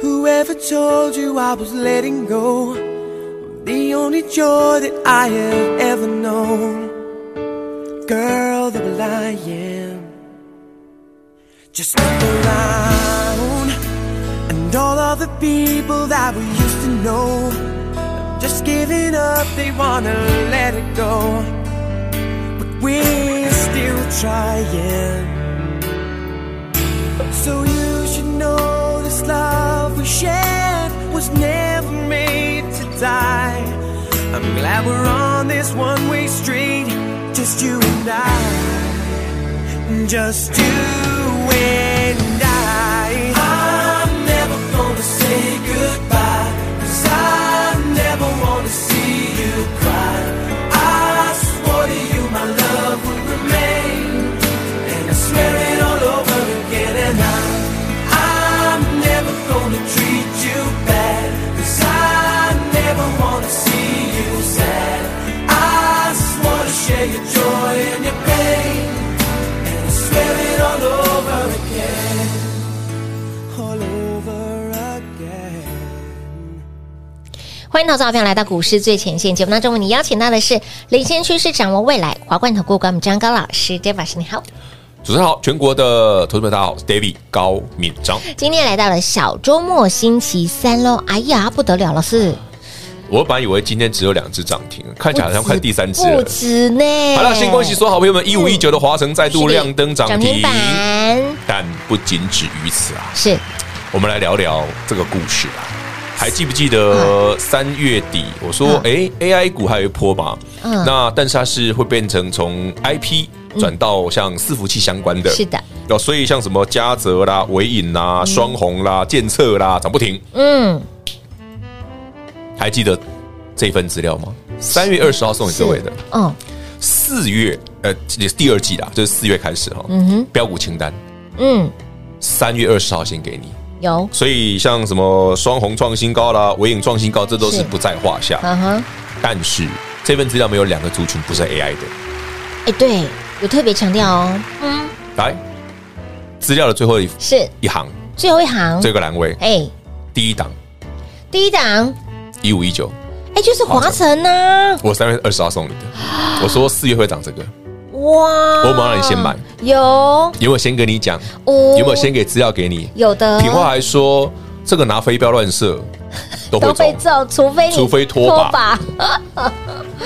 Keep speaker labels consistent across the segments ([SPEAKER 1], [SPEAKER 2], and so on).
[SPEAKER 1] Whoever told you I was letting go of the only joy that I have ever known? Girl, the will I am. Just look around and all of the people that we used to know. are Just giving up, they wanna let it go. But we're still trying. So you should know this love we shared was never made to die. I'm glad we're on this one way street, just you and I. Just you and I. I'm never gonna say goodbye, cause I never wanna see you cry. I swore to you my love would remain. And I swear it all over again And I, I'm never gonna treat you bad Cause I never wanna see you sad I just wanna share your joy and your pain And I swear it all over again All over again
[SPEAKER 2] 欢迎投资好朋友来到股市最前线节目当中，为你邀请到的是领先趋势、掌握未来华冠投顾管理张高老师 d a v i 老师，你好。
[SPEAKER 3] 主持人好，全国的投资们大家好，我是 David 高敏章。
[SPEAKER 2] 今天来到了小周末星期三喽，哎呀，不得了了，是
[SPEAKER 3] 我本来以为今天只有两只涨停，看起来好像快第三只
[SPEAKER 2] 不
[SPEAKER 3] 了。
[SPEAKER 2] 止呢。
[SPEAKER 3] 啊好了，先恭喜所有好朋友们，一五一九的华晨再度亮灯涨停
[SPEAKER 2] 停，板，
[SPEAKER 3] 但不仅止于此啊，
[SPEAKER 2] 是
[SPEAKER 3] 我们来聊聊这个故事啊。还记不记
[SPEAKER 2] 啊
[SPEAKER 3] 得三月底我说，哎、a i 股还有一波嘛？
[SPEAKER 2] 嗯
[SPEAKER 3] 那但是它是会变成从 IP 转到像伺服器相关的，
[SPEAKER 2] 是的，
[SPEAKER 3] 哦，所以像什么嘉泽啦、伟影啦、双红啦、建策啦，涨不停。
[SPEAKER 2] 嗯，
[SPEAKER 3] 还记得这份资料吗？三月二十号送给各位的，
[SPEAKER 2] 嗯，
[SPEAKER 3] 四月呃也是第二季啦，就是四月开始哈、
[SPEAKER 2] 嗯哼，
[SPEAKER 3] 标股清单
[SPEAKER 2] 嗯，
[SPEAKER 3] 三月二十号先给你。
[SPEAKER 2] 有，
[SPEAKER 3] 所以像什么双红创新高啦、伟影创新高，这都
[SPEAKER 2] 是
[SPEAKER 3] 是不在话下。
[SPEAKER 2] 嗯哼，
[SPEAKER 3] 但是这份资料没有两个族群不是 AI 的。
[SPEAKER 2] 哎，对，有特别强调哦，嗯，
[SPEAKER 3] 来，资料的最后一
[SPEAKER 2] 是
[SPEAKER 3] 一行，
[SPEAKER 2] 最后一行，
[SPEAKER 3] 这个栏位
[SPEAKER 2] 哎，
[SPEAKER 3] 第一档
[SPEAKER 2] 第一档，
[SPEAKER 3] 一五一九，
[SPEAKER 2] 哎，就是华晨啊呐，
[SPEAKER 3] 我三月二十号送你的。我说四月会涨这个，
[SPEAKER 2] 哇，
[SPEAKER 3] 我马上让你先买，
[SPEAKER 2] 有，
[SPEAKER 3] 有没有先给你讲？
[SPEAKER 2] 哦
[SPEAKER 3] 有没有先给资料给你？
[SPEAKER 2] 有的，
[SPEAKER 3] 品话还说这个拿飞镖 乱射都
[SPEAKER 2] 都
[SPEAKER 3] 会
[SPEAKER 2] 会
[SPEAKER 3] 中。
[SPEAKER 2] 中，除非你
[SPEAKER 3] 除非拖把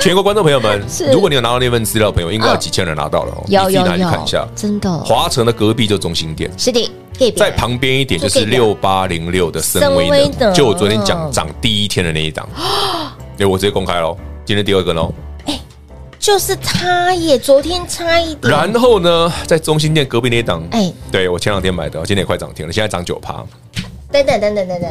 [SPEAKER 3] 全国观众朋友们
[SPEAKER 2] 是，
[SPEAKER 3] 如果你有拿到那份资料的朋友，应该有
[SPEAKER 2] 嗯
[SPEAKER 3] 几千人拿到了哦，
[SPEAKER 2] 有
[SPEAKER 3] 你自
[SPEAKER 2] 有
[SPEAKER 3] 己拿去
[SPEAKER 2] 有
[SPEAKER 3] 看一下。
[SPEAKER 2] 真的
[SPEAKER 3] 华城的隔壁就中心店，
[SPEAKER 2] 是的，给别人
[SPEAKER 3] 在旁边一点就
[SPEAKER 2] 就
[SPEAKER 3] 是
[SPEAKER 2] 这个
[SPEAKER 3] 六八零六的森
[SPEAKER 2] 森
[SPEAKER 3] 威
[SPEAKER 2] 威
[SPEAKER 3] 能，
[SPEAKER 2] 能
[SPEAKER 3] 就我昨天讲涨第一天的那 一档，对我直接公开喽，今天第二个喽。
[SPEAKER 2] 就是他也昨天差一点，
[SPEAKER 3] 然后呢，在中心店隔壁那一档，
[SPEAKER 2] 嗯哎啊
[SPEAKER 3] 对我前两天买的，今天也快涨停了，现在涨九趴，
[SPEAKER 2] 等等等等等等，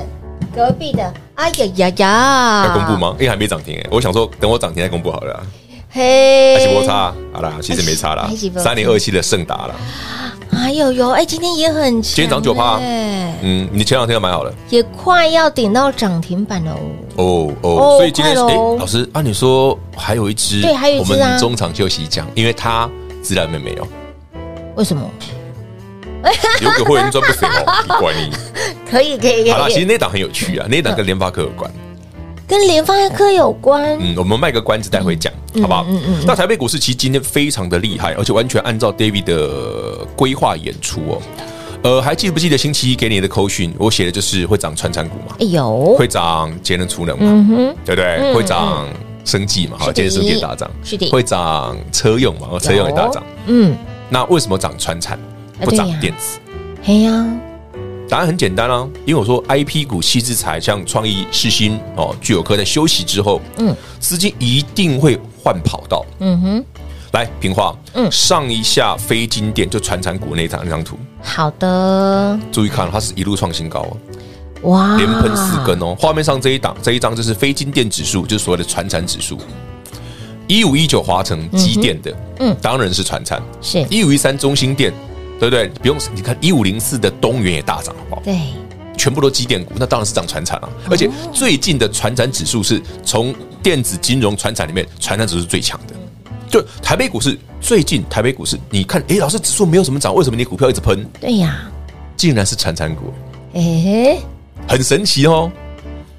[SPEAKER 2] 隔壁的，哎呀呀呀，
[SPEAKER 3] 要公布？吗？因为还没涨停哎，我想说等我涨停再公布好了啊。
[SPEAKER 2] 嘿，
[SPEAKER 3] 还是摩擦，啊好啦，其实没差啦
[SPEAKER 2] 哎还是，没差
[SPEAKER 3] 三零二七的盛达啦，
[SPEAKER 2] 哎呦呦，哎，今天也很强，
[SPEAKER 3] 今天涨9%啊
[SPEAKER 2] 哎
[SPEAKER 3] 嗯，你前两天就买好了，
[SPEAKER 2] 也快要顶到涨停板了哦。
[SPEAKER 3] 哦
[SPEAKER 2] 哦
[SPEAKER 3] 哦，所以今天是，
[SPEAKER 2] 快
[SPEAKER 3] 哎，
[SPEAKER 2] 喽
[SPEAKER 3] 老师，按你说还有一只，
[SPEAKER 2] 对还有一
[SPEAKER 3] 我
[SPEAKER 2] 只啊
[SPEAKER 3] 们中场休息讲，因为它自然没没有，
[SPEAKER 2] 为什么？
[SPEAKER 3] 有个会员赚不菲 哦，你管你。
[SPEAKER 2] 可以可以
[SPEAKER 3] 好啦，
[SPEAKER 2] 可
[SPEAKER 3] 其实
[SPEAKER 2] 以，
[SPEAKER 3] 那档很有趣啊，那档跟联发科有关，
[SPEAKER 2] 跟联发科有关，
[SPEAKER 3] 嗯，我们卖个关子，待会讲，
[SPEAKER 2] 嗯
[SPEAKER 3] 好不好？那台北股市其实今天非常的厉害，而且完全按照 David 的规划演出哦。呃，还记不记得星期一给你的扣讯？我写的就是会涨穿山股嘛，
[SPEAKER 2] 哎呦，
[SPEAKER 3] 会涨节能储能嘛，
[SPEAKER 2] 嗯哼，
[SPEAKER 3] 对不对？会涨生技嘛，
[SPEAKER 2] 是
[SPEAKER 3] 好，
[SPEAKER 2] 的
[SPEAKER 3] 今天生技也大涨，
[SPEAKER 2] 是的
[SPEAKER 3] 会涨车用嘛，哦车用也大涨。
[SPEAKER 2] 嗯，
[SPEAKER 3] 那为什么涨传产
[SPEAKER 2] 啊
[SPEAKER 3] 不涨
[SPEAKER 2] 对呀
[SPEAKER 3] 电子？
[SPEAKER 2] 嘿呀，
[SPEAKER 3] 答案很简单啊，因为我说 I P 股、细资材，像创意、世新哦、具有科在休息之后，
[SPEAKER 2] 嗯
[SPEAKER 3] 嗯，资金一定会换跑道。
[SPEAKER 2] 嗯哼，
[SPEAKER 3] 来，平话，
[SPEAKER 2] 嗯
[SPEAKER 3] 嗯，上一下非金店就传产股那张那张图，
[SPEAKER 2] 好的，
[SPEAKER 3] 注意看，它是一路创新高哦。
[SPEAKER 2] 哇
[SPEAKER 3] 连喷四
[SPEAKER 2] 啊
[SPEAKER 3] 根哦。画面上这一档这一张就是非金电指数，就是所谓的传产指数。一五一九华城机电的，
[SPEAKER 2] 嗯
[SPEAKER 3] 嗯，当然是传产。
[SPEAKER 2] 是，
[SPEAKER 3] 一五一三中兴电，对不对？不用你看一五零四的东元也大涨，好不好？
[SPEAKER 2] 对，哦
[SPEAKER 3] 全部都基电股，那当然是涨船产啊。而且最近的船产指数是从电子金融船产里面，船产指数是最强的。就台北股市最近台北股市，你看，诶，老师指数没有什么涨，为什么你股票一直喷？
[SPEAKER 2] 对呀，
[SPEAKER 3] 竟然是产产股，
[SPEAKER 2] 哎，
[SPEAKER 3] 很神奇哦。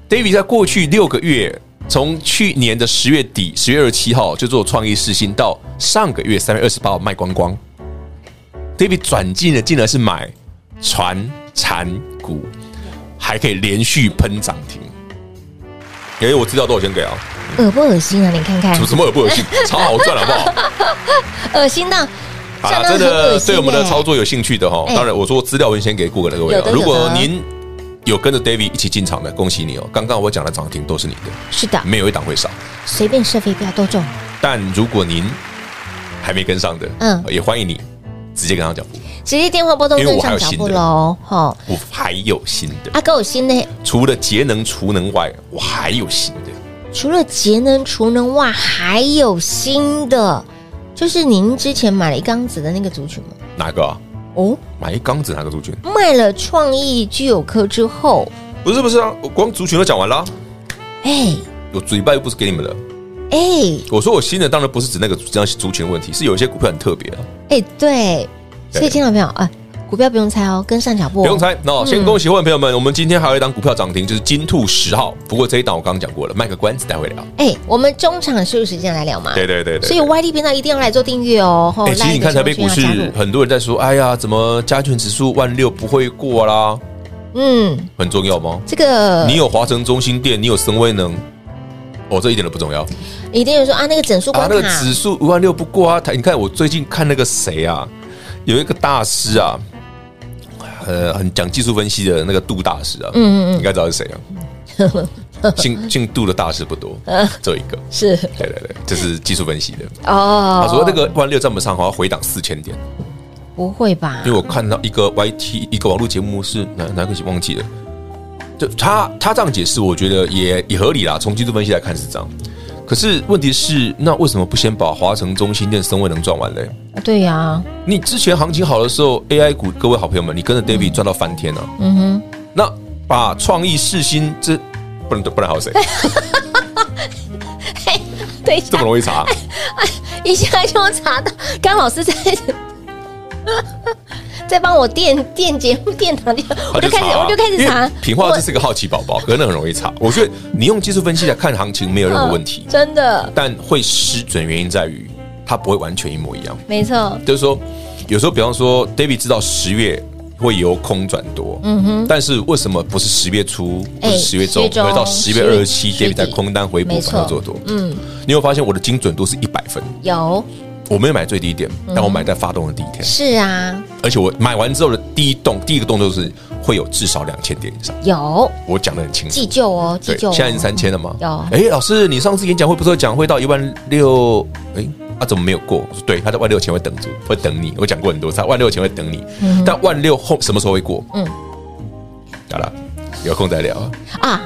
[SPEAKER 3] David 在过去六个月，从去年的十月底，十月二十七号就做创意试新，到上个月三月二十八号卖光光。David 转进的竟然是买船产股，还可以连续喷涨停。哎、我知道多少钱给啊？
[SPEAKER 2] 恶不恶心啊？你看看
[SPEAKER 3] 什，么什么也不 恶心，超好赚好不好？
[SPEAKER 2] 恶心到，
[SPEAKER 3] 好啦，
[SPEAKER 2] 相当很
[SPEAKER 3] 真的
[SPEAKER 2] 恶心
[SPEAKER 3] 对我们的
[SPEAKER 2] 欸
[SPEAKER 3] 操作有兴趣的哈，
[SPEAKER 2] 哎
[SPEAKER 3] 当然我说资料文先给 Google 的各位
[SPEAKER 2] 有
[SPEAKER 3] 啊
[SPEAKER 2] 的，有的
[SPEAKER 3] 如果您有跟着 David 一起进场的，恭喜你哦！刚刚我讲的涨停都是你的，
[SPEAKER 2] 是的，
[SPEAKER 3] 没有一档会少。
[SPEAKER 2] 随便射飞镖都中，
[SPEAKER 3] 但如果您还没跟上的，
[SPEAKER 2] 嗯
[SPEAKER 3] 也欢迎你直接跟上脚步，
[SPEAKER 2] 直接电话拨通
[SPEAKER 3] 因为
[SPEAKER 2] 跟
[SPEAKER 3] 我还
[SPEAKER 2] 上
[SPEAKER 3] 有
[SPEAKER 2] 脚
[SPEAKER 3] 新
[SPEAKER 2] 步
[SPEAKER 3] 的
[SPEAKER 2] 喽，吼，
[SPEAKER 3] 我还有新的，
[SPEAKER 2] 啊，够有心呢。
[SPEAKER 3] 除了节能储能外，我还有新的。
[SPEAKER 2] 除了节能储能外，还有新的，就是您之前买了一缸子的那个族群吗？
[SPEAKER 3] 哪个啊？
[SPEAKER 2] 哦，
[SPEAKER 3] 买一缸子哪个族群？
[SPEAKER 2] 卖了创意具有科之后，
[SPEAKER 3] 不是不是啊，我光族群都讲完了啊，
[SPEAKER 2] 哎
[SPEAKER 3] 我嘴巴又不是给你们的。
[SPEAKER 2] 哎
[SPEAKER 3] 我说我新的当然不是指那个这样族群的问题，是有一些股票很特别啊。
[SPEAKER 2] 哎，对，所以
[SPEAKER 3] 对
[SPEAKER 2] 听到没有啊？股票不用猜哦，跟上脚步、哦，
[SPEAKER 3] 不用。猜。那、先恭喜会员朋友们，我们今天还有一档股票涨停，就是金兔十号。不过这一档我刚刚讲过了，卖个关子，待会聊。
[SPEAKER 2] 哎，我们中场休息时间来聊嘛。
[SPEAKER 3] 啊对对对对。
[SPEAKER 2] 所以 YD 频道一定要来做订阅哦。吼
[SPEAKER 3] 哎、其实你看台北股，
[SPEAKER 2] 赖的成员要
[SPEAKER 3] 市，
[SPEAKER 2] 加入
[SPEAKER 3] 很多人在说，哎呀，怎么加权指数万六不会过啦？
[SPEAKER 2] 嗯，
[SPEAKER 3] 很重要吗？
[SPEAKER 2] 这个
[SPEAKER 3] 你有华城中心店，你有森威能，哦，这一点都不重要啊。
[SPEAKER 2] 一定有说啊，那个整数关
[SPEAKER 3] 那
[SPEAKER 2] 卡、
[SPEAKER 3] 个指数一万六不过啊，台你看我最近看那个谁啊，有一个大师啊，呃，很讲技术分析的那个杜大师啊，
[SPEAKER 2] 嗯嗯嗯
[SPEAKER 3] 你应该知道是谁 啊？姓姓杜的大师不多，
[SPEAKER 2] 呃
[SPEAKER 3] 只有一个。
[SPEAKER 2] 是
[SPEAKER 3] 对对对，这是技术分析的。
[SPEAKER 2] 哦。
[SPEAKER 3] 啊他说那个万六站不上，好像回档四千点。
[SPEAKER 2] 不会吧
[SPEAKER 3] 因为？我看到一个 YT 一个网络节目是哪哪个忘记了，就他他这样解释，我觉得也也合理啦。从技术分析来看是这样，可是问题是，那为什么不先把华城中心店升位能赚完嘞？
[SPEAKER 2] 对呀、
[SPEAKER 3] 你之前行情好的时候，AI 股各位好朋友们，你跟着 David 赚到翻天啊！
[SPEAKER 2] 嗯哼。
[SPEAKER 3] 那把创意、世新这不能不能 还有谁？
[SPEAKER 2] 等一下
[SPEAKER 3] 这么，容易查？
[SPEAKER 2] 一下就查到，刚老师在 在帮我垫垫节目垫档，我就开始
[SPEAKER 3] 他查啊
[SPEAKER 2] 我就开始
[SPEAKER 3] 因为
[SPEAKER 2] 查，
[SPEAKER 3] 品化这是个好奇宝宝，可能很容易查。我觉得你用技术分析来看行情没有任何问题
[SPEAKER 2] 嗯，真的
[SPEAKER 3] 但会失准原因在于它不会完全一模一样。
[SPEAKER 2] 没错，
[SPEAKER 3] 就是说，有时候比方说，David 知道十月会由空转多，嗯哼，但是为什么不是十月初，不
[SPEAKER 2] 哎
[SPEAKER 3] 是十月中，
[SPEAKER 2] 10月中
[SPEAKER 3] 而到十月二十七
[SPEAKER 2] 10月
[SPEAKER 3] ，David 在空单回补
[SPEAKER 2] 没
[SPEAKER 3] 反
[SPEAKER 2] 错
[SPEAKER 3] 而做多？嗯，你有发现我的精准度是一百分，
[SPEAKER 2] 有
[SPEAKER 3] 我没有买最低点，但我买在发动的第一天，
[SPEAKER 2] 是啊，
[SPEAKER 3] 而且我买完之后的第一动，第一个动作是会有至少两千点以上，
[SPEAKER 2] 有
[SPEAKER 3] 我讲的很清楚。
[SPEAKER 2] 记旧哦，记
[SPEAKER 3] 对，
[SPEAKER 2] 旧、哦，
[SPEAKER 3] 现在已经三千了嘛？
[SPEAKER 2] 有
[SPEAKER 3] 哎，老师，你上次演讲会不是有讲会到一万六？哎，啊，怎么没有过？我说对，他在万六前会等住，会等你。我讲过很多次，他万六前会等你，但万六后什么时候会过？
[SPEAKER 2] 嗯
[SPEAKER 3] 嗯，好了，有空再聊啊。
[SPEAKER 2] 啊，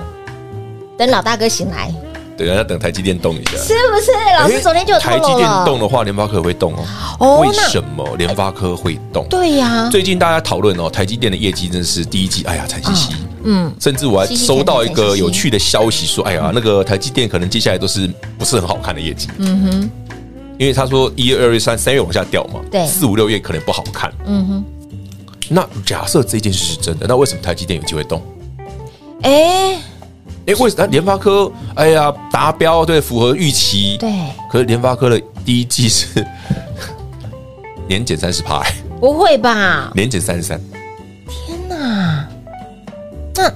[SPEAKER 2] 等老大哥醒来，
[SPEAKER 3] 对，要等台积电动一下。
[SPEAKER 2] 是不是？老师
[SPEAKER 3] 哎
[SPEAKER 2] 昨天就有透
[SPEAKER 3] 台积
[SPEAKER 2] 露
[SPEAKER 3] 电
[SPEAKER 2] 了，
[SPEAKER 3] 动的话，联发科会动哦。
[SPEAKER 2] 哦
[SPEAKER 3] 为
[SPEAKER 2] 那
[SPEAKER 3] 什么联发科会动？
[SPEAKER 2] 对呀、
[SPEAKER 3] 最近大家讨论哦，台积电的业绩真是第一季，哎呀，惨兮兮。
[SPEAKER 2] 嗯，
[SPEAKER 3] 甚至我还
[SPEAKER 2] 嘻嘻
[SPEAKER 3] 收到一
[SPEAKER 2] 嘻嘻
[SPEAKER 3] 个
[SPEAKER 2] 嘻
[SPEAKER 3] 有趣的消息，说，哎呀，那个台积电可能接下来都是不是很好看的业绩。嗯哼，因为他说一月、二月、三三月往下掉嘛，
[SPEAKER 2] 对
[SPEAKER 3] 四五六月可能不好看。
[SPEAKER 2] 嗯哼，
[SPEAKER 3] 那假设这件事是真的，那为什么台积电有机会动？
[SPEAKER 2] 哎、
[SPEAKER 3] 哎，为什么联发科？哎呀，达标对，符合预期。
[SPEAKER 2] 对，
[SPEAKER 3] 可是联发科的第一季是 年减三十趴，哎
[SPEAKER 2] 不会吧？啊
[SPEAKER 3] 年减三十三。
[SPEAKER 2] 天哪，那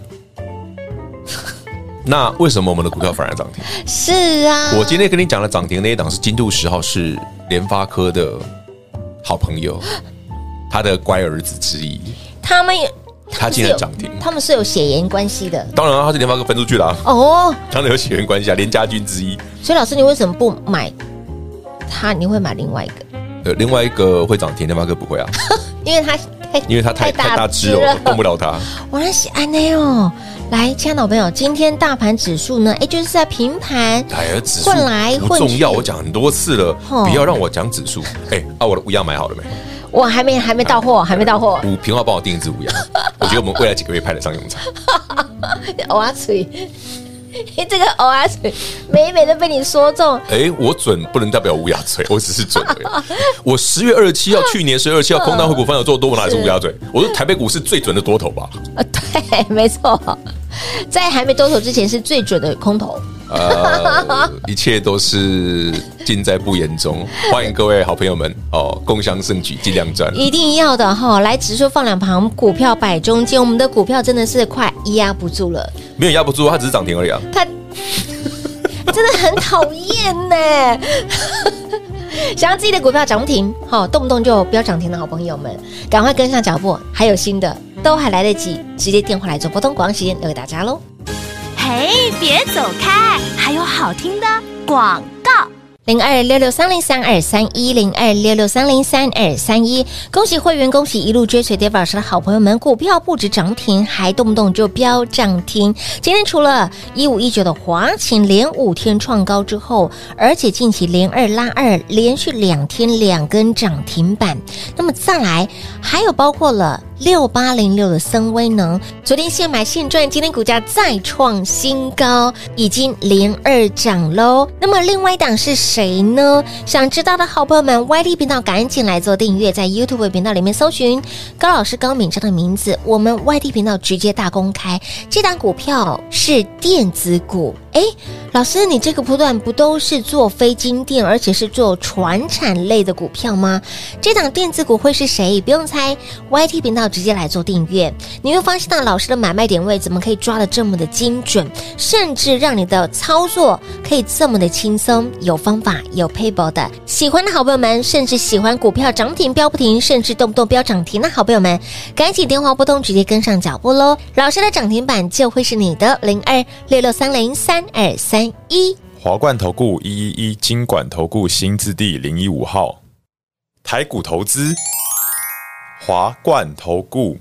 [SPEAKER 3] 那为什么我们的股票反而涨停？
[SPEAKER 2] 是啊，
[SPEAKER 3] 我今天跟你讲的涨停那一档是金度十号，是联发科的好 朋友，他的乖儿子之一，
[SPEAKER 2] 他们也
[SPEAKER 3] 他竟然涨停。
[SPEAKER 2] 他们是哦有血缘关系的
[SPEAKER 3] 当然啊，他是联发科分出去了、啊，
[SPEAKER 2] 哦。
[SPEAKER 3] 当然有血缘关系啊，联家军之一。
[SPEAKER 2] 所以老师，你为什么不买它？你会买另外一个，
[SPEAKER 3] 呃，另外一个会涨停，联发科不 会啊，
[SPEAKER 2] 因为它太
[SPEAKER 3] 因为他太太大只了，我动不了他。
[SPEAKER 2] 我来喜安内哦，来，亲爱的老朋友，今天大盘指数呢，哎，就是在平盘，
[SPEAKER 3] 哎呀，指数
[SPEAKER 2] 混来
[SPEAKER 3] 不
[SPEAKER 2] 混去
[SPEAKER 3] 重要，我讲很多次了，
[SPEAKER 2] 哦
[SPEAKER 3] 不要让我讲指数。哎，啊，我的乌鸦买好了没？
[SPEAKER 2] 我还没还没到货，还没到货，
[SPEAKER 3] 五平话帮我订一只乌鸦，我觉得我们未来几个月派得上用场。
[SPEAKER 2] 偶尔嘴， 这个偶尔嘴，每每都被你说中，
[SPEAKER 3] 哎，我准不能代表乌鸦嘴，我只是准而已。我十月二十七号，去年十月二十七号空单回股翻有做多，我哪里是乌鸦嘴？我说台北股市最准的多头吧？
[SPEAKER 2] 呃，对，没错，在还没多头之前是最准的空头。
[SPEAKER 3] 呃，一切都是尽在不言中。欢迎各位好朋友们哦，共襄盛举，尽量赚。
[SPEAKER 2] 一定要的哈，来指数放两旁，股票摆中间，我们的股票真的是快压不住了，
[SPEAKER 3] 没有压不住，它只是涨停而已啊。
[SPEAKER 2] 它真的很讨厌呢。想要自己的股票涨不停，好，动不动就不要涨停的好朋友们，赶快跟上脚步，还有新的都还来得及，直接电话来做拨通，广告时间留给大家喽。
[SPEAKER 4] 嘿，别走开，还有好听的广告。
[SPEAKER 2] 零二六六三零三二三一零二六六三零三二三一，恭喜会员，恭喜一路追随 Dave 老师的好朋友们，股票不止涨停，还动不动就飙涨停。今天除了一五一九的华勤连五天创高之后，而且近期连二拉二，连续两天两根涨停板。那么再来，还有包括了六八零六的森威能，昨天现买现赚，今天股价再创新高，已经连二涨喽。那么另外一档是谁呢？想知道的好朋友们，YT 频道赶紧来做订阅，在 YouTube 频道里面搜寻高老师高敏章的名字，我们 YT 频道直接大公开。这档股票是电子股，哎，老师，你这个波段不都是做非金电，而且是做船产类的股票吗？这档电子股会是谁？不用猜，YT 频道直接来做订阅，你会发现到老师的买卖点位怎么可以抓的这么的精准，甚至让你的操作可以这么的轻松，有方法，有 paper 的。喜欢的好朋友们，甚至喜欢股票涨停飙不停，甚至动不动飙涨停的好朋友们，赶紧电话拨通，直接跟上脚步喽！老师的涨停板就会是你的零二六六三零三二三一。
[SPEAKER 5] 华冠投顾一一一金管投顾新字第零一五号，台股投资，华冠投顾。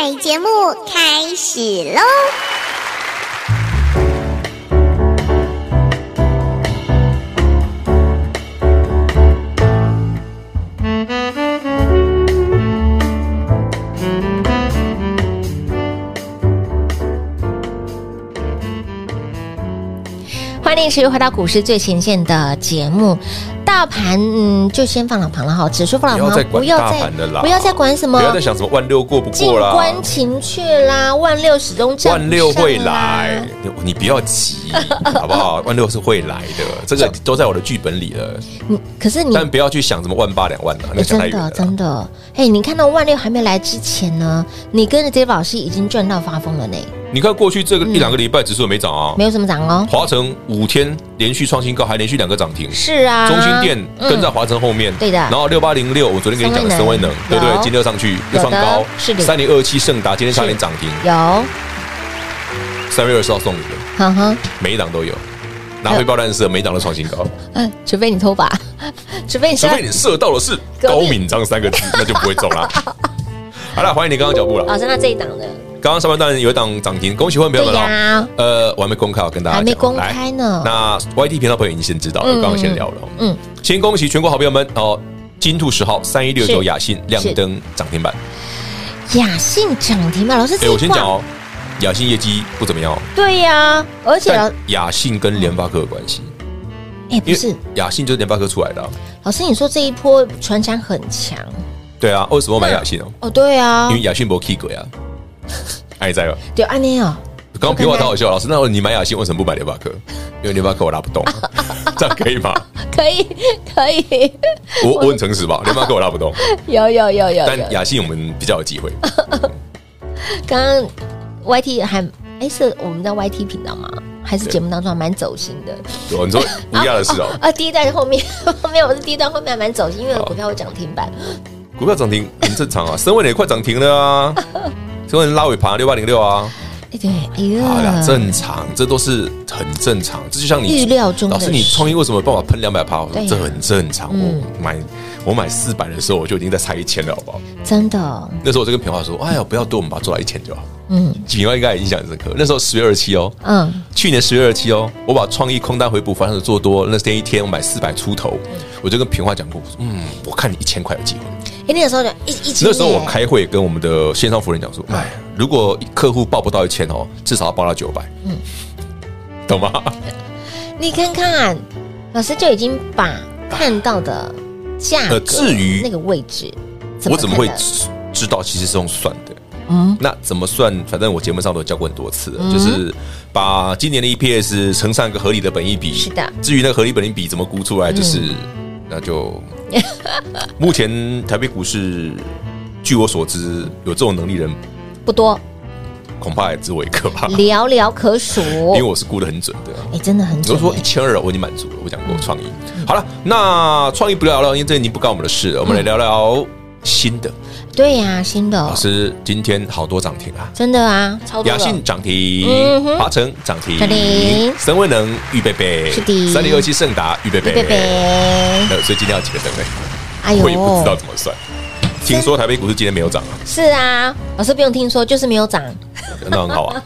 [SPEAKER 6] 彩节目开始喽！
[SPEAKER 2] 欢迎持续回到股市最前线的节目。大盘嗯，就先放两旁了哈，指数放两旁，
[SPEAKER 3] 不要再管大盘的啦
[SPEAKER 2] 啊不要再管什么
[SPEAKER 3] 不要再想什么万六过不
[SPEAKER 2] 静
[SPEAKER 3] 过啦，
[SPEAKER 2] 观情雀啦，万六始终站不
[SPEAKER 3] 万六会
[SPEAKER 2] 上啦
[SPEAKER 3] 来，你你不 要急，好不好？万六是会来的，这个都在我的剧本里了。
[SPEAKER 2] 你可是你
[SPEAKER 3] 但不要去想什么万八两万的，啊那
[SPEAKER 2] 哎
[SPEAKER 3] 个想太
[SPEAKER 2] 嗯真
[SPEAKER 3] 远了
[SPEAKER 2] 的
[SPEAKER 3] 啦。
[SPEAKER 2] 真的，哎，你看到万六还没来之前呢，你跟着 Dave 老师已经赚到发疯了呢，
[SPEAKER 3] 你看过去这个一两个礼拜指数也没涨啊
[SPEAKER 2] 嗯没，有什么涨哦。
[SPEAKER 3] 华城五天连续创新高，还连续两个涨停。
[SPEAKER 2] 是啊，
[SPEAKER 3] 中心店
[SPEAKER 2] 嗯
[SPEAKER 3] 跟在华城后面，
[SPEAKER 2] 对的
[SPEAKER 3] 然后六八零六，我昨天跟你讲的
[SPEAKER 2] 深
[SPEAKER 3] 深
[SPEAKER 2] 威
[SPEAKER 3] 威
[SPEAKER 2] 能
[SPEAKER 3] 能，对不对
[SPEAKER 2] 有？
[SPEAKER 3] 今天又上去
[SPEAKER 2] 有
[SPEAKER 3] 又
[SPEAKER 2] 的
[SPEAKER 3] 创高，
[SPEAKER 2] 是的
[SPEAKER 3] 三零二七盛达今天差点涨停，
[SPEAKER 2] 有，
[SPEAKER 3] 三月二十号送你的，
[SPEAKER 2] 哈哈，
[SPEAKER 3] 每一档都有，拿回爆弹社，每一档都创新高，
[SPEAKER 2] 嗯，除非你偷把， 除非你
[SPEAKER 3] 除
[SPEAKER 2] 现在
[SPEAKER 3] 非你射到的是
[SPEAKER 2] 隔
[SPEAKER 3] 高
[SPEAKER 2] 壁
[SPEAKER 3] 敏章三个字，那就不会中 了。好了，欢迎你刚刚脚步了。
[SPEAKER 2] 老师那这一档呢？
[SPEAKER 3] 刚刚上半段有一档涨停，恭喜会员朋友们
[SPEAKER 2] 对呀
[SPEAKER 3] 哦。呃，我还没公开，我跟大家
[SPEAKER 2] 还没
[SPEAKER 3] 讲
[SPEAKER 2] 公
[SPEAKER 3] 来
[SPEAKER 2] 开呢
[SPEAKER 3] 那 YT 频道朋友已经先知道了，
[SPEAKER 2] 嗯
[SPEAKER 3] 刚刚先聊了。哦
[SPEAKER 2] 嗯，
[SPEAKER 3] 先恭喜全国好朋友们哦！金兔十号三一六九雅信亮灯涨停板。
[SPEAKER 2] 雅信涨停吧，老师，
[SPEAKER 3] 哎，我先讲，哦，雅信业绩不怎么样哦，
[SPEAKER 2] 对呀、而且老
[SPEAKER 3] 但雅信跟联发科有关系，
[SPEAKER 2] 哎、不是，
[SPEAKER 3] 雅信就是联发科出来的啊。
[SPEAKER 2] 老师，你说这一波传产很强
[SPEAKER 3] 对啊，为什么我买雅信哦？
[SPEAKER 2] 哦，对啊
[SPEAKER 3] 因，为雅信不 K 鬼啊。
[SPEAKER 2] 嗯
[SPEAKER 3] 哎，在哦，
[SPEAKER 2] 对安妮哦，
[SPEAKER 3] 刚刚平话太好笑了，老师，那你买雅信为什么不买联发科？因为联发科我拉不 动，这样可以吗？
[SPEAKER 2] 可以可以，
[SPEAKER 3] 我我很诚实吧，联发科我拉不动。
[SPEAKER 2] 有有有有
[SPEAKER 3] 但
[SPEAKER 2] 有，
[SPEAKER 3] 雅信我们比较有机会，
[SPEAKER 2] 刚刚 YT 还哎是我们在 YT 频道吗？还是节目当中还蛮走心的
[SPEAKER 3] 对 你说乌鸦的事哦，
[SPEAKER 2] 啊！第一段后面 后面我是第一段后面还蛮走心，因为股票会涨停板，
[SPEAKER 3] 股票涨停很正常啊，深威也快涨停 了啊，深威拉尾盘六八零六啊，
[SPEAKER 2] 哎对，
[SPEAKER 3] 好
[SPEAKER 2] 哎
[SPEAKER 3] 啦，
[SPEAKER 2] 呀，
[SPEAKER 3] 正常，这都是很正常，这就像你
[SPEAKER 2] 预料中的
[SPEAKER 3] 老师，你
[SPEAKER 2] 事
[SPEAKER 3] 创意为什么有办法喷两百趴？我
[SPEAKER 2] 对
[SPEAKER 3] 说
[SPEAKER 2] 啊
[SPEAKER 3] 这很正常，
[SPEAKER 2] 嗯
[SPEAKER 3] 我买我买四百的时候我就已经在猜一千了，好不好？
[SPEAKER 2] 真的，哦
[SPEAKER 3] 那时候我就跟平话说，哎呀，不要多，我们把它做到一千就好。
[SPEAKER 2] 嗯
[SPEAKER 3] 景外应该也印象很深刻。那时候十月二十七哦，
[SPEAKER 2] 嗯，
[SPEAKER 3] 去年十月二十七哦，我把创意空单回补，反手做多，那天一天我买四百出头，我就跟平花讲过，我说嗯，我看你一千块有机会。
[SPEAKER 2] 哎，那个时候就一一起
[SPEAKER 3] 那时候我们开会跟我们的线上服务人讲说，哎，如果客户报不到一千哦，至少要报到九百，嗯，懂吗？
[SPEAKER 2] 你看看，老师就已经把看到的价格，
[SPEAKER 3] 呃至于
[SPEAKER 2] 那个位置，
[SPEAKER 3] 我怎么会
[SPEAKER 2] 看的
[SPEAKER 3] 知知道其实是用算的？嗯，那怎么算？反正我节目上都有教过很多次了，就是把今年的 EPS 乘上一个合理的本益比。
[SPEAKER 2] 是的
[SPEAKER 3] 至于那个合理本益比怎么估出来，就是、那就目前台北股市，据我所知，有这种能力人
[SPEAKER 2] 不
[SPEAKER 3] 啊
[SPEAKER 2] 多，
[SPEAKER 3] 恐怕也只有我一个吧，因
[SPEAKER 2] 寥寥可数？
[SPEAKER 3] 为我是估的很准的。
[SPEAKER 2] 哎，真的很
[SPEAKER 3] 我
[SPEAKER 2] 准
[SPEAKER 3] 就说
[SPEAKER 2] 哎
[SPEAKER 3] 一千二，我已经满足了。我讲过创意，好了，那创意不聊了，因为这已经不干我们的事了。我们来聊聊新的。
[SPEAKER 2] 对呀，新的
[SPEAKER 3] 老
[SPEAKER 2] 哦
[SPEAKER 3] 师，今天好多涨停啊！
[SPEAKER 2] 真的啊，超多
[SPEAKER 3] 雅
[SPEAKER 2] 了
[SPEAKER 3] 信涨停
[SPEAKER 2] 嗯，哼
[SPEAKER 3] 华晨涨停
[SPEAKER 2] 涨停，
[SPEAKER 3] 神威能预备备，
[SPEAKER 2] 是的
[SPEAKER 3] 三零二七盛达预备备，
[SPEAKER 2] 贝贝，
[SPEAKER 3] 呃所以今天要几个单位，
[SPEAKER 2] 哎呦
[SPEAKER 3] 我也不知道怎么算。听说台北股市今天没有涨啊，
[SPEAKER 2] 是啊，老师不用听说，就是没有涨，
[SPEAKER 3] 那很好 啊，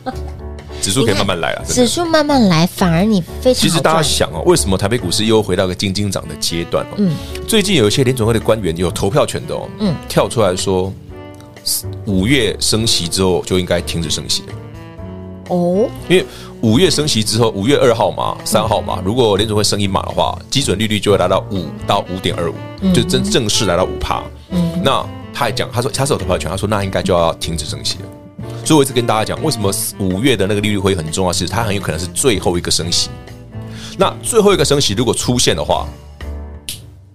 [SPEAKER 3] 指数可以慢慢来啊。真
[SPEAKER 2] 指
[SPEAKER 3] 的
[SPEAKER 2] 数慢慢来，反而你非常
[SPEAKER 3] 其实大家
[SPEAKER 2] 好赚
[SPEAKER 3] 想哦，为什么台北股市又回到一个金金涨的阶段哦？
[SPEAKER 2] 嗯
[SPEAKER 3] 最近有一些联准会的官员有投票权的哦，
[SPEAKER 2] 嗯
[SPEAKER 3] 跳出来说，五月升息之后就应该停止升息了。
[SPEAKER 2] 哦，
[SPEAKER 3] 因为五月升息之后，五月二号嘛、三号嘛，如果联准会升一码的话，基准利率就会来到五到五点二五，就真正式来到五帕。那他还讲，他说他是有投票权，他说那应该就要停止升息了。所以我一直跟大家讲，为什么五月的那个利率会很重要，是它很有可能是最后一个升息。那最后一个升息如果出现的话，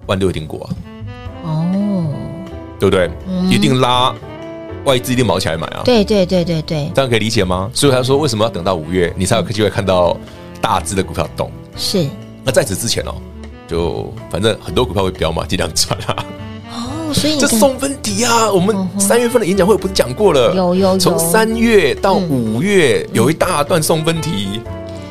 [SPEAKER 3] 万六一定过啊，
[SPEAKER 2] 哦，
[SPEAKER 3] 对不对？一定拉外资一定毛起来买啊。
[SPEAKER 2] 对对对对对，
[SPEAKER 3] 这样可以理解吗？所以他说，为什么要等到五月，你才有机会看到大只的股票动？
[SPEAKER 2] 是
[SPEAKER 3] 那在此之前哦，就反正很多股票会飙嘛，尽量赚啊。
[SPEAKER 2] 哦，所以你
[SPEAKER 3] 这
[SPEAKER 2] 看
[SPEAKER 3] 送分题啊，我们三月份的演讲会我不是讲过了？
[SPEAKER 2] 嗯有有有嗯
[SPEAKER 3] 从三月到五月有一大段送分题，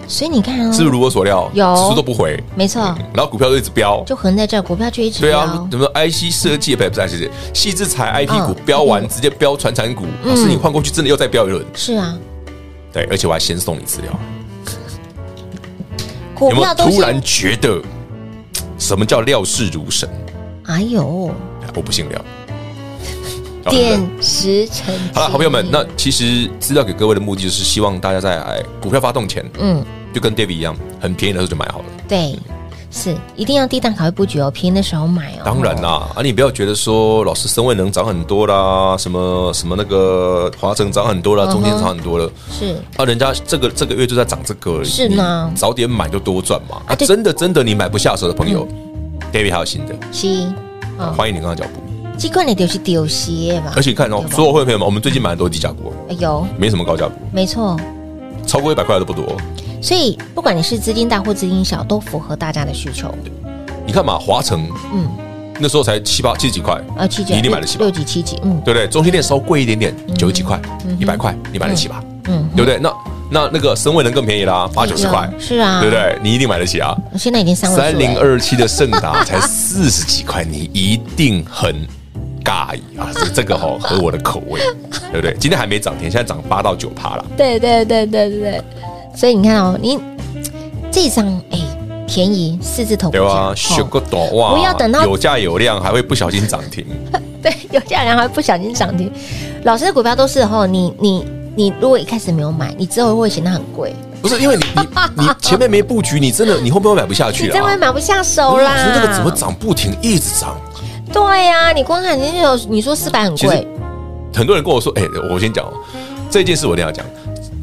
[SPEAKER 2] 所以你看哦，
[SPEAKER 3] 是不是如我所料？
[SPEAKER 2] 嗯有
[SPEAKER 3] 指数都不回，
[SPEAKER 2] 没错，
[SPEAKER 3] 然后股票就一直飙。
[SPEAKER 2] 就横在这儿，股票就一直
[SPEAKER 3] 对啊
[SPEAKER 2] 飙，
[SPEAKER 3] 怎么 IC 设计不是不是 IC 设计，细制材 IP 股
[SPEAKER 2] 嗯
[SPEAKER 3] 飙完，直接飙传产股，老师你换过去真的又再飙一轮，
[SPEAKER 2] 是啊，
[SPEAKER 3] 对，而且我还先送你资料。
[SPEAKER 2] 股
[SPEAKER 3] 有没
[SPEAKER 2] 票
[SPEAKER 3] 有
[SPEAKER 2] 都
[SPEAKER 3] 突
[SPEAKER 2] 是，
[SPEAKER 3] 然觉得什么叫料事如神？
[SPEAKER 2] 哎呦，
[SPEAKER 3] 我不姓廖。好真的
[SPEAKER 2] 点石成金。
[SPEAKER 3] 好了，好朋友们，那其实资料给各位的目的就是希望大家在哎股票发动前，
[SPEAKER 2] 嗯，
[SPEAKER 3] 就跟 David 一样，很便宜的时候就买好了。
[SPEAKER 2] 对，是一定要低档考虑布局哦，便宜的时候买哦。
[SPEAKER 3] 当然啦，啊，你不要觉得说老师升位能涨很多啦，什么什么那个华晨涨很多
[SPEAKER 2] 嗯
[SPEAKER 3] 啦，中间涨很多了。
[SPEAKER 2] 是
[SPEAKER 3] 啊，人家这个这个月就在涨这个而已，
[SPEAKER 2] 是呢
[SPEAKER 3] 你早点买就多赚嘛。啊，
[SPEAKER 2] 对嗯
[SPEAKER 3] 真的真的，你买不下手的朋友，David 还有新的，
[SPEAKER 2] 是哦，
[SPEAKER 3] 欢迎你跟他脚步。
[SPEAKER 2] 这款的就是丢鞋吧。
[SPEAKER 3] 而且你看哦
[SPEAKER 2] 对，吧
[SPEAKER 3] 所有会员朋友们，我们最近买的都是低价股哦，
[SPEAKER 2] 哎有，
[SPEAKER 3] 没什么高价股，
[SPEAKER 2] 没错。
[SPEAKER 3] 超过一百块的都不多。哦
[SPEAKER 2] 所以不管你是资金大或资金小，都符合大家的需求。
[SPEAKER 3] 你看嘛，华城，嗯，那时候才七八七十几块，
[SPEAKER 2] 呃，七九
[SPEAKER 3] 你一定买得起吧
[SPEAKER 2] 六？几七几，嗯，
[SPEAKER 3] 对不对？中心店稍贵一点点，九十几块、一百块，你买得起吧？
[SPEAKER 2] 嗯
[SPEAKER 3] 嗯，对不对？那那那个深位能更便宜啦，八九十块
[SPEAKER 2] 有，是啊
[SPEAKER 3] 对不对？你一定买得起啊！
[SPEAKER 2] 现在已经三位数了
[SPEAKER 3] 三零，二七的盛达才四十几块，你一定很尬意啊！这这个哦，合我的口味，对不对？今天还没涨停，现在涨八到九趴了。
[SPEAKER 2] 对对对对对对。所以你看哦，你这张哎便宜四字头股
[SPEAKER 3] 对
[SPEAKER 2] 价
[SPEAKER 3] 啊，
[SPEAKER 2] 哦
[SPEAKER 3] 学个短哇！
[SPEAKER 2] 不要等到
[SPEAKER 3] 有价有量，还会不小心涨停。
[SPEAKER 2] 对， 有些人还不小心涨停。老师的股票都是吼，你你你，如果一开始没有买，你之后会显得很贵，
[SPEAKER 3] 不是因为你你你前面没布局，你真的你后面会买不下
[SPEAKER 2] 你
[SPEAKER 3] 去
[SPEAKER 2] 真会
[SPEAKER 3] 啊。
[SPEAKER 2] 买不下手
[SPEAKER 3] 老
[SPEAKER 2] 啦
[SPEAKER 3] 师。那个怎么？涨不停，一直涨？
[SPEAKER 2] 对呀、你光看你有你说四百很
[SPEAKER 3] 其
[SPEAKER 2] 贵
[SPEAKER 3] 实，很多人跟我说，哎，我先讲哦，这件事我一定要讲。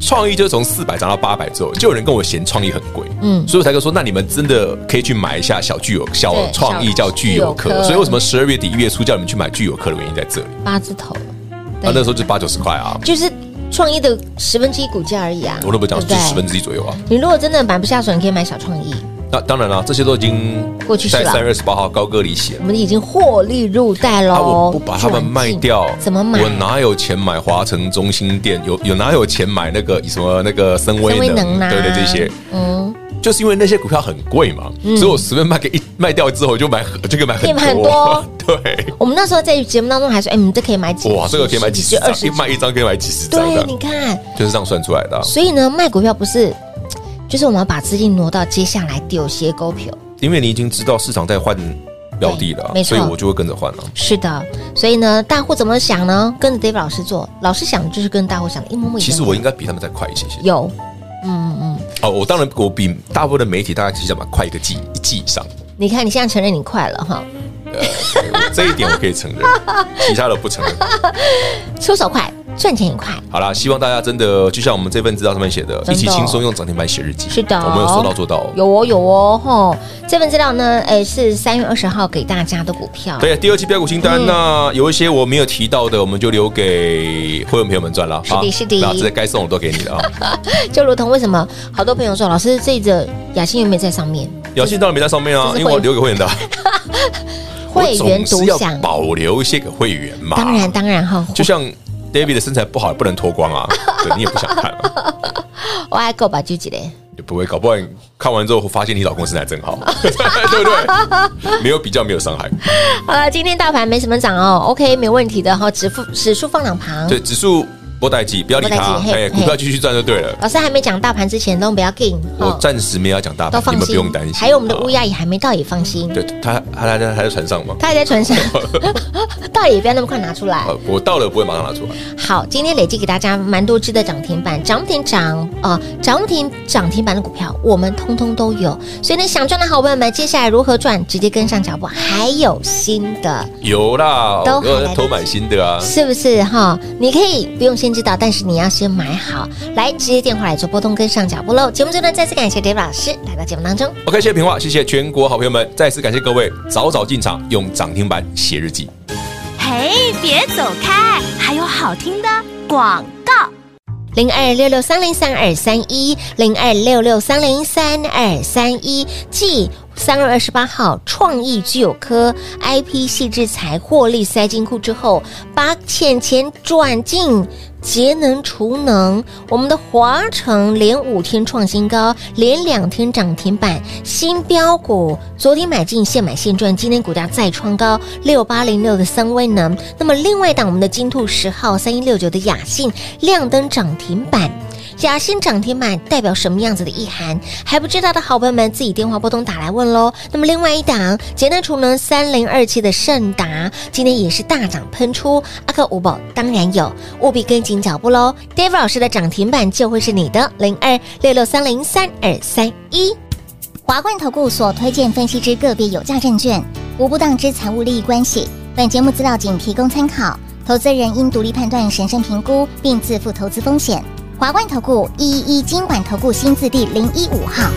[SPEAKER 3] 创意就是从四百涨到八百之后，就有人跟我嫌创意很贵，
[SPEAKER 2] 嗯
[SPEAKER 3] 嗯，所以我才跟说，那你们真的可以去买一下小巨有小
[SPEAKER 2] 对
[SPEAKER 3] 创意
[SPEAKER 2] 小
[SPEAKER 3] 叫巨有
[SPEAKER 2] 巨有
[SPEAKER 3] 科，
[SPEAKER 2] 科
[SPEAKER 3] 所以为什么十二月底一月初叫你们去买巨有科的原因在这里，
[SPEAKER 2] 八字头，
[SPEAKER 3] 啊，那时候就八九十块啊，
[SPEAKER 2] 就是创意的十分之一股价而已啊。
[SPEAKER 3] 我都不讲，
[SPEAKER 2] 对
[SPEAKER 3] 就
[SPEAKER 2] 对
[SPEAKER 3] 十分之一左右啊，
[SPEAKER 2] 你如果真的买不下手，你可以买小创意，
[SPEAKER 3] 那当然了，这些都已经
[SPEAKER 2] 过去式
[SPEAKER 3] 在
[SPEAKER 2] 了
[SPEAKER 3] 三月二十八号高歌里写了
[SPEAKER 2] 我。们已经获利入袋喽、
[SPEAKER 3] 啊！我不把它们卖掉
[SPEAKER 2] 转，进哦怎么买？
[SPEAKER 3] 我哪有钱买华城中心店？有有哪有钱买那个什么那个森
[SPEAKER 2] 稍微
[SPEAKER 3] 威
[SPEAKER 2] 能
[SPEAKER 3] 能？
[SPEAKER 2] 拿？
[SPEAKER 3] 对对，这些
[SPEAKER 2] 嗯，
[SPEAKER 3] 就是因为那些股票很贵嘛，所以我随便卖给一卖掉之后，我就买就可以买
[SPEAKER 2] 可以
[SPEAKER 3] 很
[SPEAKER 2] 买很
[SPEAKER 3] 多
[SPEAKER 2] 多。
[SPEAKER 3] 对，
[SPEAKER 2] 我们那时候在节目当中还说，哎，你这可以买几？
[SPEAKER 3] 哇，这个可以买几十
[SPEAKER 2] 二
[SPEAKER 3] 张，
[SPEAKER 2] 十
[SPEAKER 3] 一？卖一张可以买几十张
[SPEAKER 2] 对，
[SPEAKER 3] 的
[SPEAKER 2] 你，看，
[SPEAKER 3] 就是这样算出来的啊。
[SPEAKER 2] 所以呢，卖股票不是，就是我们要把资金挪到接下来丢些股票。
[SPEAKER 3] 因为你已经知道市场在换标的了
[SPEAKER 2] 对没
[SPEAKER 3] 啊，
[SPEAKER 2] 错
[SPEAKER 3] 所以我就会跟着换了。
[SPEAKER 2] 是的，所以呢，大户怎么想呢？跟着 David 老师做，老师想就是跟大户想的一模一样。
[SPEAKER 3] 其实我应该比他们再快一些些。
[SPEAKER 2] 有，嗯嗯嗯，
[SPEAKER 3] 哦，我当然我比大部分的媒体大概是想快一个季一季以上，
[SPEAKER 2] 你看你现在承认你快了哈，
[SPEAKER 3] 呃，对我这一点我可以 承认，其他的不承认。
[SPEAKER 2] 出手快，赚钱也快。
[SPEAKER 3] 好啦，希望大家真的就像我们这份资料上面写的，
[SPEAKER 2] 真的
[SPEAKER 3] 一起轻松用涨停板写日记。
[SPEAKER 2] 是的
[SPEAKER 3] 我们有说到做到哦。
[SPEAKER 2] 有哦，有哦，吼！这份资料呢，哎，是三月二十号给大家的股票。
[SPEAKER 3] 对，啊第二期标股
[SPEAKER 2] 嗯
[SPEAKER 3] 清单那有一些我没有提到的，我们就留给会员朋友们赚了。
[SPEAKER 2] 是的
[SPEAKER 3] 啊
[SPEAKER 2] 是的
[SPEAKER 3] 那这些该送我都给你了 啊。
[SPEAKER 2] 就如同为什么好多朋友说，老师这一则雅欣有没有在上面？
[SPEAKER 3] 雅信当然没在上面啊
[SPEAKER 2] 这，是
[SPEAKER 3] 因为
[SPEAKER 2] 会
[SPEAKER 3] 我留给会员的啊，
[SPEAKER 2] 会员
[SPEAKER 3] 我总
[SPEAKER 2] 独
[SPEAKER 3] 是要
[SPEAKER 2] 享，
[SPEAKER 3] 保留一些给会员嘛。
[SPEAKER 2] 当然当然哈，
[SPEAKER 3] 就像 David 的身材不好，不能脱 光啊，对你也不想看嘛，
[SPEAKER 2] 哦我爱够吧，就几嘞。
[SPEAKER 3] 也不会，搞不好你看完之后发现你老公身材真 好，对不对？没有比较，没有伤害。
[SPEAKER 2] 好了，今天大盘没什么涨哦，OK，没问题的哈，指数指数放两旁。
[SPEAKER 3] 对，指数波代记，不要理
[SPEAKER 2] 不带
[SPEAKER 3] 它
[SPEAKER 2] 记，嘿
[SPEAKER 3] 哎，股
[SPEAKER 2] 嘿
[SPEAKER 3] 票继续赚就对了。
[SPEAKER 2] 老师还没讲大盘之前，都不要 g
[SPEAKER 3] 我
[SPEAKER 2] 哈，
[SPEAKER 3] 暂时没有讲大
[SPEAKER 2] 都
[SPEAKER 3] 盘，
[SPEAKER 2] 放
[SPEAKER 3] 你们
[SPEAKER 2] 心，
[SPEAKER 3] 不用担心。
[SPEAKER 2] 还有我们的
[SPEAKER 3] 啊
[SPEAKER 2] 乌，鸦也还没到，也放心。
[SPEAKER 3] 对他，他他他还在船上吗？
[SPEAKER 2] 他还在船 上，到底也不要那么快拿出来。
[SPEAKER 3] 呃，我到了不会马上拿出来。
[SPEAKER 2] 好，今天累计给大家蛮多只的涨停板，涨停涨呃涨停涨停板的股票，我们通通都有。所以呢，想赚的好朋友们，接下来如何赚，直接跟上脚步。还有新的，
[SPEAKER 3] 有啦，
[SPEAKER 2] 都
[SPEAKER 3] 我
[SPEAKER 2] 还来得
[SPEAKER 3] 要偷买新的啊。
[SPEAKER 2] 是不是哈？你可以不用先知道，但是你要先买好，来直接电话来做波动，跟上脚步喽。节目中呢，再次感谢 David 老师来到节目当中。
[SPEAKER 3] OK，谢谢平话，谢谢全国好朋友们，再次感谢各位早早进场用涨停板写日记。
[SPEAKER 4] 嘿，别走开，还有好听的广告。
[SPEAKER 2] 零二六六三零三二三一，零二六六三零三二三一，继三月二十八号创意具有科 IP 细制材获利塞金库之后，把钱钱转进节能储能，我们的华城连五天创新高，连两天涨停板，新标股昨天买进现买现赚，今天股价再创高六八零六的三威能，那么另外一档我们的金兔十号三一六九的雅信亮灯涨停板。雅信涨停板代表什么样子的意涵？还不知道的好朋友们，自己电话拨通打来问喽。那么另外一档节能储能三零二七的盛达，今天也是大涨喷出，阿克五宝当然有，务必跟紧脚步喽。David 老师的涨停板就会是你的零二六六三零三二三一。
[SPEAKER 6] 华冠投顾所推荐分析之个别有价证券，无不当之财务利益关系。本节目资料仅提供参考，投资人应独立判断、审慎评估，并自负投资风险。华冠投顾一一一金管投顾新字第零一五号。